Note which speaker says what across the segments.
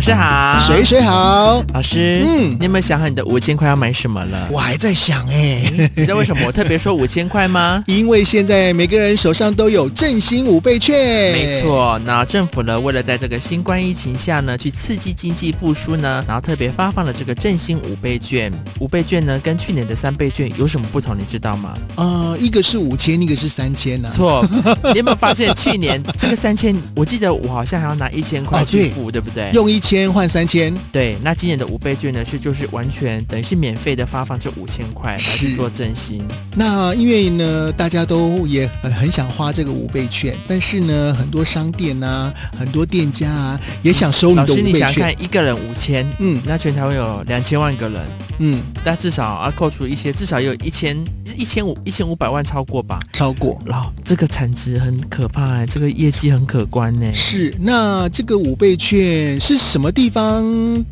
Speaker 1: 师好，
Speaker 2: 谁谁好？
Speaker 1: 老师，嗯
Speaker 2: 嗯，
Speaker 1: 你有没有想好你的五千块要买什么 了？
Speaker 2: 我还在想哎、
Speaker 1: 你知道为什么我特别说五千块 吗？
Speaker 2: 因为现在每个人手上都有振兴五倍券，
Speaker 1: 没。错，那政府呢，为了在这个新冠疫情下呢，去刺激经济复苏呢，然后特别发放了这个振兴五倍券。五倍券呢，跟去年的三倍券有什么不同？你知道吗？
Speaker 2: 呃，一个是五千，一个是三千啊呢、
Speaker 1: 错，你有没有发现去年 这个三千，我记得我好像还要拿一千块
Speaker 2: 哦
Speaker 1: 去
Speaker 2: 对
Speaker 1: 付，对不对？
Speaker 2: 用一千换三千，
Speaker 1: 对，那今年的五倍券呢，是就是完全等于是免费的发放这五千块来去
Speaker 2: 是
Speaker 1: 做振兴。
Speaker 2: 那因为呢，大家都也很很想花这个五倍券，但是呢，很多商店啊，很多店家啊，也想收你
Speaker 1: 老
Speaker 2: 的
Speaker 1: 师，
Speaker 2: 五
Speaker 1: 你
Speaker 2: 倍
Speaker 1: 想
Speaker 2: 券。
Speaker 1: 看一个人五千，
Speaker 2: 嗯
Speaker 1: 那全台湾有两千万个人，
Speaker 2: 嗯，
Speaker 1: 那至少啊扣除一些，至少也有一千一千五一千五百万超过吧。
Speaker 2: 超过
Speaker 1: 老，这个产值很可怕哎、这个业绩很可观呢、
Speaker 2: 是。那这个五倍券是什么地方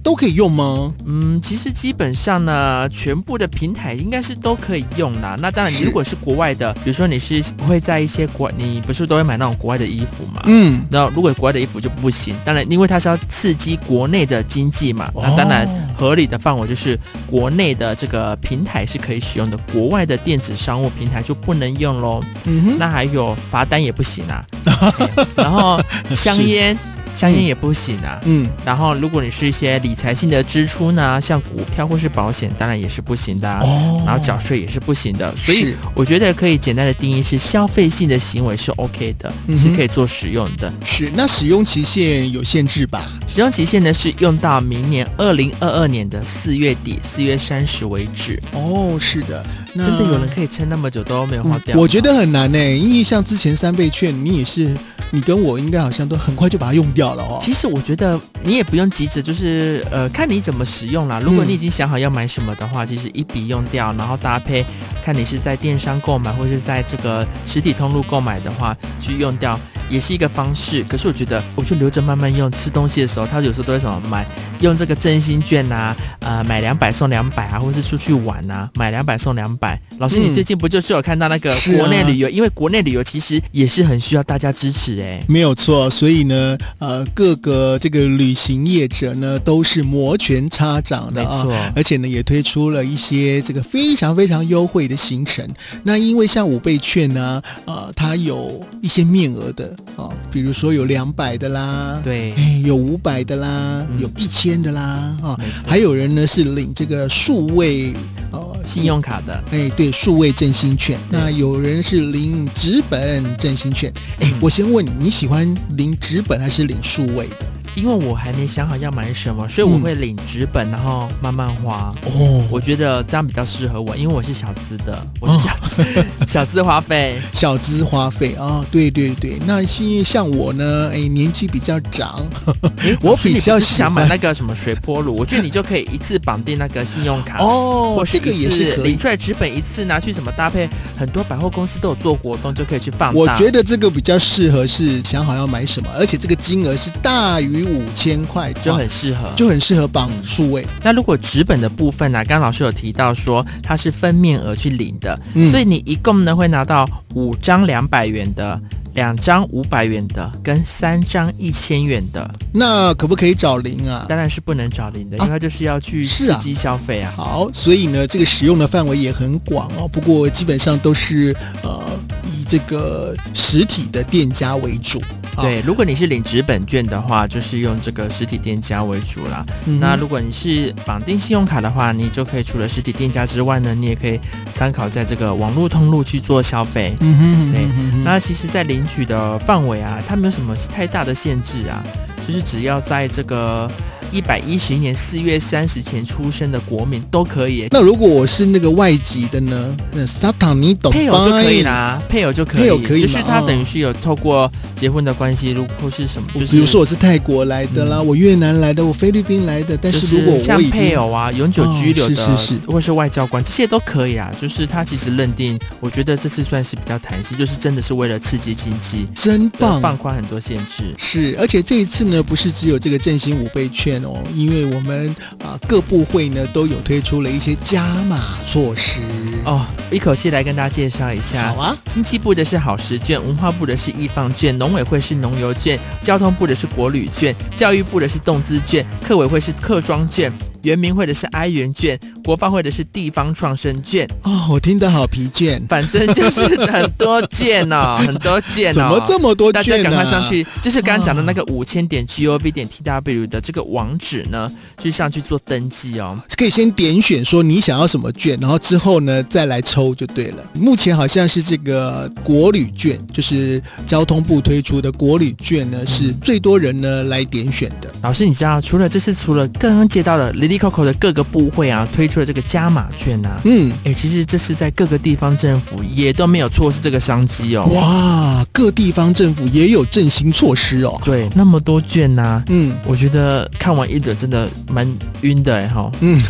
Speaker 2: 都可以用吗？
Speaker 1: 嗯，其实基本上呢，全部的平台应该是都可以用啦。那当然，
Speaker 2: 是
Speaker 1: 如果是国外的，比如说你是会在一些国，你不是都会买那种国外的衣服嘛？
Speaker 2: 嗯，
Speaker 1: 那如果国外的衣服就不行，当然，因为它是要刺激国内的经济嘛。
Speaker 2: 哦
Speaker 1: 那当然，合理的范围就是国内的这个平台是可以使用的，国外的电子商务平台就不能用喽。
Speaker 2: 嗯哼，
Speaker 1: 那还有罚单也不行 啊，嘿然后香烟，香烟也不行啊。
Speaker 2: 嗯，
Speaker 1: 然后，如果你是一些理财性的支出呢，像股票或是保险，当然也是不行的、啊。
Speaker 2: 哦
Speaker 1: 然后缴税也是不行的，所以
Speaker 2: 是
Speaker 1: 我觉得可以简单的定义是消费性的行为是 OK 的，
Speaker 2: 嗯哼
Speaker 1: 是可以做使用的。
Speaker 2: 是，那使用期限有限制吧？
Speaker 1: 使用期限呢是用到明年二零二二年的四月底四月三十为止。
Speaker 2: 哦，是的，那
Speaker 1: 真的有人可以撑那么久都没有花掉、
Speaker 2: 嗯我觉得很难呢、因为像之前三倍券，你也是，你跟我应该好像都很快就把它用掉了哦。
Speaker 1: 其实我觉得你也不用急着，就是呃，看你怎么使用啦。如果
Speaker 2: 嗯
Speaker 1: 你已经想好要买什么的话，其实一笔用掉，然后搭配看你是在电商购买，或是在这个实体通路购买的话，去用掉也是一个方式。可是我觉得，我就留着慢慢用。吃东西的时候，他有时候都会什么买，用这个振兴券啊，呃，买两百送两百啊，或是出去玩啊，买两百送两百。老师，
Speaker 2: 嗯
Speaker 1: 你最近不就是有看到那个
Speaker 2: 是啊
Speaker 1: 国内旅游？因为国内旅游其实也是很需要大家支持哎、
Speaker 2: 没有错，所以呢，呃，各个这个旅行业者呢都是摩拳擦掌的
Speaker 1: 没
Speaker 2: 啊
Speaker 1: 错，
Speaker 2: 而且呢也推出了一些这个非常非常优惠的行程。那因为像五倍券呢、呃，它有一些面额的啊、比如说有两百的啦，
Speaker 1: 对。
Speaker 2: 哎，有五百的啦，
Speaker 1: 嗯
Speaker 2: 有一千的啦，啊、
Speaker 1: 没错
Speaker 2: 还有人呢是领这个数位呃
Speaker 1: 信，用卡的，
Speaker 2: 哎，对，数位振兴券。
Speaker 1: 对
Speaker 2: 那有人是领纸本振兴券。哎
Speaker 1: 嗯，
Speaker 2: 我先问你，你喜欢领纸本还是领数位的？
Speaker 1: 因为我还没想好要买什么，所以我
Speaker 2: 嗯
Speaker 1: 会领纸本，然后慢慢花。
Speaker 2: 哦，
Speaker 1: 我觉得这样比较适合我，因为我是小资的，我是小资、 小资花费。
Speaker 2: 小资花费啊、对对对。那因为像我呢，哎，年纪比较长，
Speaker 1: 啊
Speaker 2: 我比较
Speaker 1: 你不是
Speaker 2: 喜
Speaker 1: 想买
Speaker 2: 欢
Speaker 1: 那个什么水波炉，我觉得你就可以一次绑定那个信用卡。
Speaker 2: 哦
Speaker 1: 或，
Speaker 2: 这个也
Speaker 1: 一
Speaker 2: 是
Speaker 1: 次
Speaker 2: 可以
Speaker 1: 领。出来纸本一次拿去什么搭配，很多百货公司都有做活动，就可以去放大。
Speaker 2: 我觉得这个比较适合是想好要买什么，而且这个金额是大于五千块的话，
Speaker 1: 就很适合。
Speaker 2: 就很适合绑数位。
Speaker 1: 那如果纸本的部分呢、刚刚老师有提到说它是分面额去领的，
Speaker 2: 嗯
Speaker 1: 所以你一共呢会拿到五张两百元的、两张五百元的跟三张一千元的，
Speaker 2: 那可不可以找零啊？
Speaker 1: 当然是不能找零的，因为它就是要去
Speaker 2: 是
Speaker 1: 刺
Speaker 2: 啊
Speaker 1: 激消费啊。
Speaker 2: 好，所以呢，这个使用的范围也很广哦。不过基本上都是呃以这个实体的店家为主。啊，
Speaker 1: 对，如果你是领纸本券的话，就是用这个实体店家为主啦。
Speaker 2: 嗯
Speaker 1: 那如果你是绑定信用卡的话，你就可以除了实体店家之外呢，你也可以参考在这个网络通路去做消费。
Speaker 2: 嗯哼
Speaker 1: 对
Speaker 2: 嗯哼嗯哼
Speaker 1: 那其实，在领取的范围啊，它没有什么太大的限制啊，就是只要在这个一百一十年四月三十前出生的国民都可以，
Speaker 2: 那如果我是那个外籍的呢？嗯，沙糖你懂
Speaker 1: 配偶就可以。啦，配偶就可以，
Speaker 2: 配偶可以
Speaker 1: 就是
Speaker 2: 嘛
Speaker 1: 他
Speaker 2: 哦
Speaker 1: 等于是有透过结婚的关系，如或是什么，就是嗯
Speaker 2: 比如说我是泰国来的啦，我越南来的，我菲律宾来的，但
Speaker 1: 就是
Speaker 2: 如果
Speaker 1: 像
Speaker 2: 我已
Speaker 1: 配
Speaker 2: 经
Speaker 1: 偶啊、永久
Speaker 2: 哦
Speaker 1: 居留
Speaker 2: 是
Speaker 1: 的，
Speaker 2: 是是
Speaker 1: 或是外交官，这些都可以啊。就是他其实认定，我觉得这次算是比较弹性，就是真的是为了刺激经济，
Speaker 2: 真
Speaker 1: 呃
Speaker 2: 棒，
Speaker 1: 放宽很多限制。
Speaker 2: 是，而且这一次呢，呢，不是只有这个振兴五倍券哦，因为我们啊、各部会呢都有推出了一些加码措施。
Speaker 1: 哦，一口气来跟大家介绍一下。
Speaker 2: 好啊，
Speaker 1: 经济部的是好食券，文化部的是易放券，农委会是农游券，交通部的是国旅券，教育部的是动资券，客委会是客庄券，原民会的是哀元券，国发会的是地方创生券，
Speaker 2: 哦，我听得好疲倦，
Speaker 1: 反正就是很多券哦，很多券哦。
Speaker 2: 怎么啊这么多
Speaker 1: 大家
Speaker 2: 券呢、
Speaker 1: 赶快上去，就是刚刚讲的那个五千点 g o v 点 t w 的这个网址呢，去上去做登记哦。
Speaker 2: 可以先点选说你想要什么券，然后之后呢再来抽就对了。目前好像是这个国旅券，就是交通部推出的国旅券呢，是最多人呢来点选的。
Speaker 1: 老师，你知道，除了这次，除了刚刚接到的 Lily Coco 的各个部会啊，推出了这个加码券啊，
Speaker 2: 嗯，
Speaker 1: 哎、其实这次在各个地方政府也都没有错失这个商机哦。
Speaker 2: 哇，各地方政府也有振兴措施哦。
Speaker 1: 对，那么多券呐、
Speaker 2: 嗯
Speaker 1: 我觉得看完一轮真的蛮晕的哎哈，
Speaker 2: 嗯，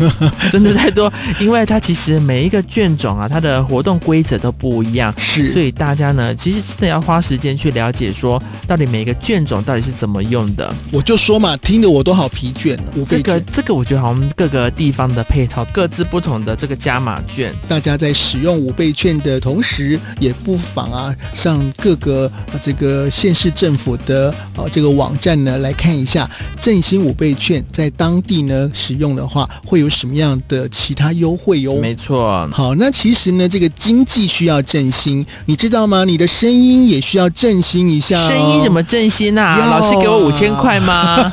Speaker 1: 真的太多，因为它其实每一个卷种啊，它的活动规则都不一样，所
Speaker 2: 是
Speaker 1: 以大家呢，其实真的要花时间去了解说，到底每一个卷种到底是怎么用的。
Speaker 2: 我就说嘛，听得我都好疲倦了。五倍
Speaker 1: 这
Speaker 2: 券
Speaker 1: 个这个，我觉得好像各个地方的配套各自不同的这个加码券。
Speaker 2: 大家在使用五倍券的同时，也不妨啊上各个、啊、这个县市政府的呃这个网站呢来看一下，振兴五倍券在当地呢使用的话，会有什么样的其他优惠哟、
Speaker 1: 没错，
Speaker 2: 好，那其实呢，这个经济需要振兴，你知道吗？你的声音也需要振兴一下、哦
Speaker 1: 声音怎？么振兴啊？
Speaker 2: 要啊
Speaker 1: 老师给我五千块吗？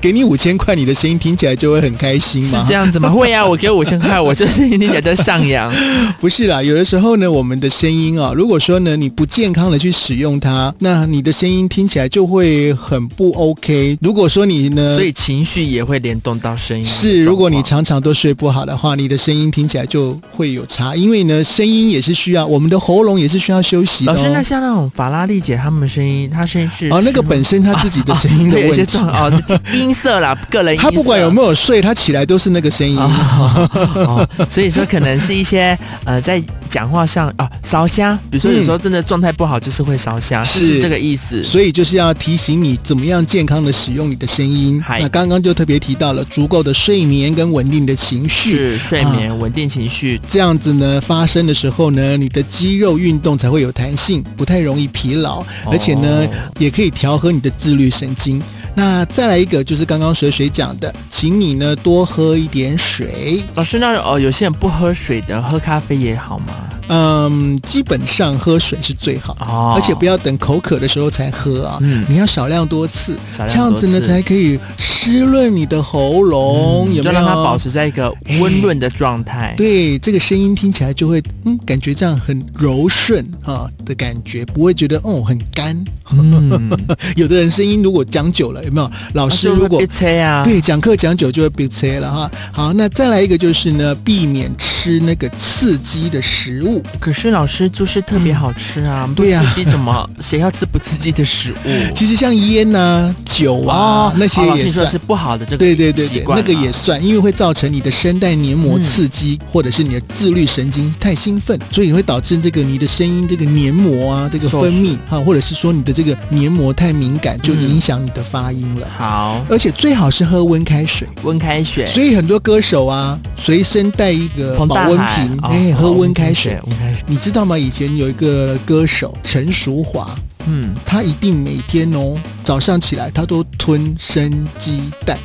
Speaker 2: 给你五千块，你的声音听起来就会很开心
Speaker 1: 是
Speaker 2: 吗？
Speaker 1: 这样子吗？会 啊，我给五千块，我就是听起来在上扬。
Speaker 2: 不是啦，有的时候呢，我们的声音啊、如果说呢你不健康的去使用它，那你的声音听起来就会很不 OK。如果说你呢
Speaker 1: 所，以情绪也会联动到声音的状况。
Speaker 2: 是如果你常常都睡不好的话，你的声音听起来就会有差，因为呢，声音也是需要，我们的喉咙也是需要休息的、
Speaker 1: 老师，那
Speaker 2: 哦。
Speaker 1: 像那种法拉利姐她们声音，她声音是
Speaker 2: 哦，那个本身他自己的声音 的
Speaker 1: 对有
Speaker 2: 问
Speaker 1: 一些
Speaker 2: 题，
Speaker 1: 状哦 音色啦，个人音色
Speaker 2: 他不管有没有睡，他起来都是那个声音。
Speaker 1: 哦哦，所以说可能是一些呃，在讲话上啊，烧瞎，比如说有时候真的状态不好，就是会烧瞎，
Speaker 2: 是
Speaker 1: 这个意思。
Speaker 2: 所以嗯就是要提醒你怎么样健康的使用你的声音。
Speaker 1: 嗨
Speaker 2: 那刚刚就特别提到了足够的睡眠跟稳定的情绪。
Speaker 1: 是睡眠、稳定情绪，
Speaker 2: 这样子呢，发生的时候呢，你的肌肉运动才会有弹性，不太容易疲劳，
Speaker 1: 哦
Speaker 2: 而且呢，也可以调和你的自律神经。那再来一个就是刚刚水水讲的，请你呢多喝一点水。
Speaker 1: 老师，那哦，有些人不喝水的，喝咖啡也好吗？
Speaker 2: 嗯，基本上喝水是最好，
Speaker 1: 哦，
Speaker 2: 而且不要等口渴的时候才喝啊，
Speaker 1: 嗯
Speaker 2: 你要少量多次，
Speaker 1: 少
Speaker 2: 这
Speaker 1: 量
Speaker 2: 样
Speaker 1: 多
Speaker 2: 子呢
Speaker 1: 次
Speaker 2: 才可以湿润你的喉咙，有
Speaker 1: 嗯就
Speaker 2: 没有？
Speaker 1: 让它保持在一个温润的状态。
Speaker 2: 对，这个声音听起来就会，嗯，感觉这样很柔顺啊的感觉，不会觉得哦很干。
Speaker 1: 嗯，
Speaker 2: 有的人声音如果讲久了，有没有？老师如果
Speaker 1: 一切啊，
Speaker 2: 对讲课讲久就会憋车了哈。好，那再来一个就是呢，避免吃那个刺激的食物。
Speaker 1: 可是老师就是特别好吃啊，不
Speaker 2: 对呀
Speaker 1: 刺激怎么？ 谁要吃不刺激的食物？
Speaker 2: 其实像烟呐、酒 啊、那些
Speaker 1: 哦老师
Speaker 2: 也
Speaker 1: 你说
Speaker 2: 算
Speaker 1: 的。是不好的这个
Speaker 2: 对对对
Speaker 1: 习
Speaker 2: 对，
Speaker 1: 惯啊
Speaker 2: 那
Speaker 1: 嘛
Speaker 2: 个也算，因为会造成你的声带黏膜
Speaker 1: 嗯
Speaker 2: 刺激，或者是你的自律神经太兴奋，所以会导致这个你的声音这个黏膜啊，这个
Speaker 1: 受
Speaker 2: 分泌哈、或者是说你的这个黏膜太敏感，
Speaker 1: 嗯
Speaker 2: 就影响你的发音了。
Speaker 1: 好，
Speaker 2: 而且最好是喝温开水，
Speaker 1: 温开水，
Speaker 2: 所以很多歌手啊，随身带一个
Speaker 1: 彭
Speaker 2: 保
Speaker 1: 大
Speaker 2: 温
Speaker 1: 海
Speaker 2: 瓶，
Speaker 1: 哦
Speaker 2: 哎、
Speaker 1: 哦
Speaker 2: 喝温开水。
Speaker 1: 温开水，
Speaker 2: 你知道吗？以前有一个歌手陈淑华，
Speaker 1: 嗯，
Speaker 2: 她一定每天哦早上起来，她都吞生鸡蛋，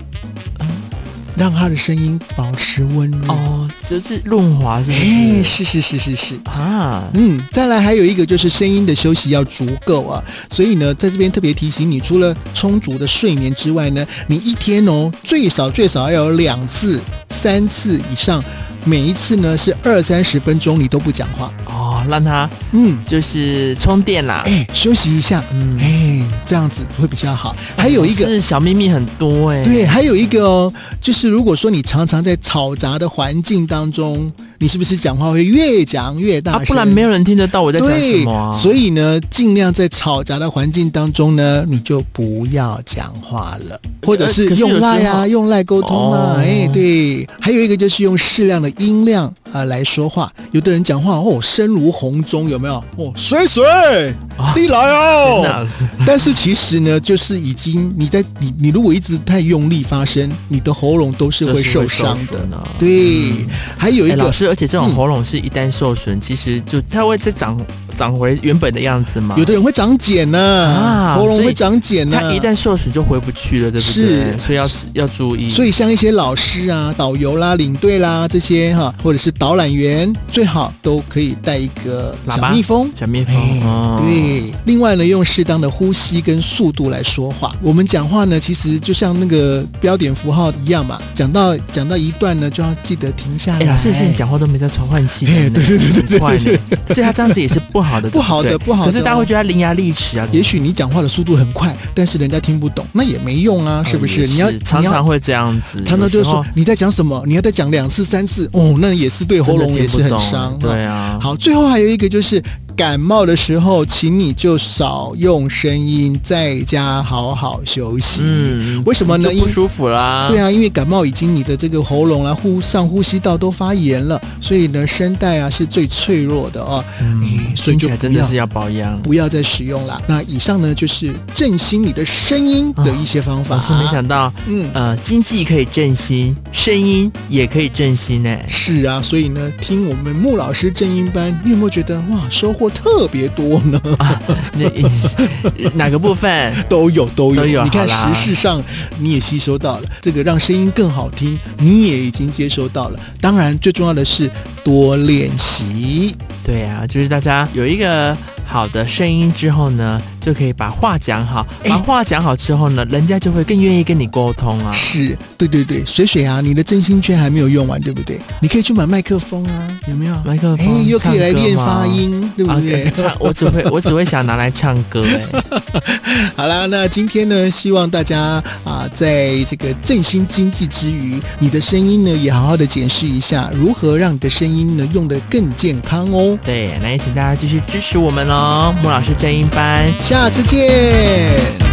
Speaker 2: 让她的声音保持温润。
Speaker 1: 哦，这是润滑是不
Speaker 2: 嗯哎，
Speaker 1: 是？
Speaker 2: 是是是是是。
Speaker 1: 啊，
Speaker 2: 嗯，再来还有一个就是声音的休息要足够啊，所以呢，在这边特别提醒你，除了充足的睡眠之外呢，你一天哦最少最少要有两次、三次以上，每一次呢是二三十分钟你都不讲话，
Speaker 1: 哦，让它
Speaker 2: 嗯，
Speaker 1: 就是充电啦，
Speaker 2: 哎，休息一下，
Speaker 1: 嗯，
Speaker 2: 哎，这样子会比较好。还有一个
Speaker 1: 是小秘密很多哎，
Speaker 2: 对，，还有一个哦，就是如果说你常常在嘈杂的环境当中，你是不是讲话会越讲越大
Speaker 1: 啊
Speaker 2: 声、，
Speaker 1: 不然没有人听得到我在讲什
Speaker 2: 对
Speaker 1: 么啊，，
Speaker 2: 所以呢，尽量在嘈杂的环境当中呢，你就不要讲话了，或者是
Speaker 1: 呃可是有
Speaker 2: 用赖
Speaker 1: 时候
Speaker 2: 啊，用赖沟通啊，
Speaker 1: 哦
Speaker 2: 哎，对。还有一个就是用适量的音量呃啊、来说话，有的人讲话哦，声如洪钟，有没有？哦，水水，你来
Speaker 1: 天
Speaker 2: 哦！
Speaker 1: 哪，
Speaker 2: 但是其实呢，就是已经你在你你如果一直太用力发声，你的喉咙都是
Speaker 1: 这
Speaker 2: 会
Speaker 1: 是
Speaker 2: 受
Speaker 1: 会
Speaker 2: 伤
Speaker 1: 受
Speaker 2: 的
Speaker 1: 损。啊
Speaker 2: 对，还有一
Speaker 1: 哎，老
Speaker 2: 个
Speaker 1: 师，而且这种
Speaker 2: 嗯
Speaker 1: 喉咙是一旦受损，其实就它会再长长回原本的样子嘛。
Speaker 2: 有的啊人会长茧呐，
Speaker 1: 啊
Speaker 2: 喉咙
Speaker 1: 所以
Speaker 2: 会长茧呐
Speaker 1: 它。一旦受损就回不去了，对不对？
Speaker 2: 是
Speaker 1: 所以要要注意。
Speaker 2: 所
Speaker 1: 以
Speaker 2: 以像一些老师啊、导游啦、领队啦这些哈，或者是导览员，最好都可以带一个
Speaker 1: 喇
Speaker 2: 小
Speaker 1: 叭
Speaker 2: 蜜蜂。
Speaker 1: 小蜜蜂，
Speaker 2: 哎
Speaker 1: 哦，
Speaker 2: 对，另外呢，用适当的呼吸跟速度来说话。我们讲话呢，其实就像那个标点符号一样嘛，讲到讲到一段呢，就要记得停下
Speaker 1: 哎，
Speaker 2: 来。
Speaker 1: 老师，你讲话都没在传换气的
Speaker 2: 哎
Speaker 1: 呢，
Speaker 2: 对对对对对
Speaker 1: 很快呢。所以他这样子也是不好的，
Speaker 2: 不好的
Speaker 1: 对对
Speaker 2: 不好的
Speaker 1: 可是大家会觉得他伶牙俐齿啊，
Speaker 2: 也许你讲话的速度很快，但是人家听不懂，那也没用啊，是不是？
Speaker 1: 哦也
Speaker 2: 你要
Speaker 1: 常
Speaker 2: 你要
Speaker 1: 常会这样子，
Speaker 2: 常常
Speaker 1: 有
Speaker 2: 就
Speaker 1: 时
Speaker 2: 说
Speaker 1: 候
Speaker 2: 你在讲什么，你要再讲两次、三次，哦，那也是对喉
Speaker 1: 真的
Speaker 2: 咙也
Speaker 1: 听
Speaker 2: 是
Speaker 1: 不
Speaker 2: 很
Speaker 1: 懂
Speaker 2: 伤。哦
Speaker 1: 对啊，
Speaker 2: 好，最后还有一个就是感冒的时候，请你就少用声音，在家好好休息。
Speaker 1: 嗯，
Speaker 2: 为什么呢？
Speaker 1: 就
Speaker 2: 因
Speaker 1: 不舒服啦，
Speaker 2: 对啊，因为感冒已经你的这个喉咙啊、呼上呼吸道都发炎了，所以呢，声带啊是最脆弱的哦，
Speaker 1: 嗯，
Speaker 2: 哎所以
Speaker 1: 听
Speaker 2: 就
Speaker 1: 起来
Speaker 2: 不
Speaker 1: 真的
Speaker 2: 要
Speaker 1: 是要保养。
Speaker 2: 不要再使用了。那以上呢就是振兴你的声音的一些方法。
Speaker 1: 啊老师没想到，
Speaker 2: 嗯。
Speaker 1: 呃，经济可以振兴，声音也可以振兴呢。
Speaker 2: 是啊，所以呢，听我们穆老师正音班，你有没有觉得哇，收获特别多呢？
Speaker 1: 那 哪个部分？
Speaker 2: 都有都有，
Speaker 1: 都有
Speaker 2: 你看
Speaker 1: 好啦
Speaker 2: 时事上你也吸收到了，这个让声音更好听，你也已经接收到了。当然，最重要的是多练习。
Speaker 1: 对啊，就是大家有一个好的声音之后呢，就可以把话讲好，
Speaker 2: 哎
Speaker 1: 把话讲好之后呢，人家就会更愿意跟你沟通啊。
Speaker 2: 是对对对，水水啊，你的真心圈还没有用完，对不对？你可以去买麦克风啊，有没有？
Speaker 1: 麦克
Speaker 2: 哎
Speaker 1: 风，，
Speaker 2: 又可以来练发
Speaker 1: 唱歌吗。
Speaker 2: 音，对不对
Speaker 1: 啊？唱我只会我只会想拿来唱歌哎、
Speaker 2: 好啦，那今天呢，希望大家啊，在这个振兴经济之余，你的声音呢也好好的检视一下，如何让你的声音呢用得更健康哦。
Speaker 1: 对，那也请大家继续支持我们哦，穆老师正音班。
Speaker 2: 下次见。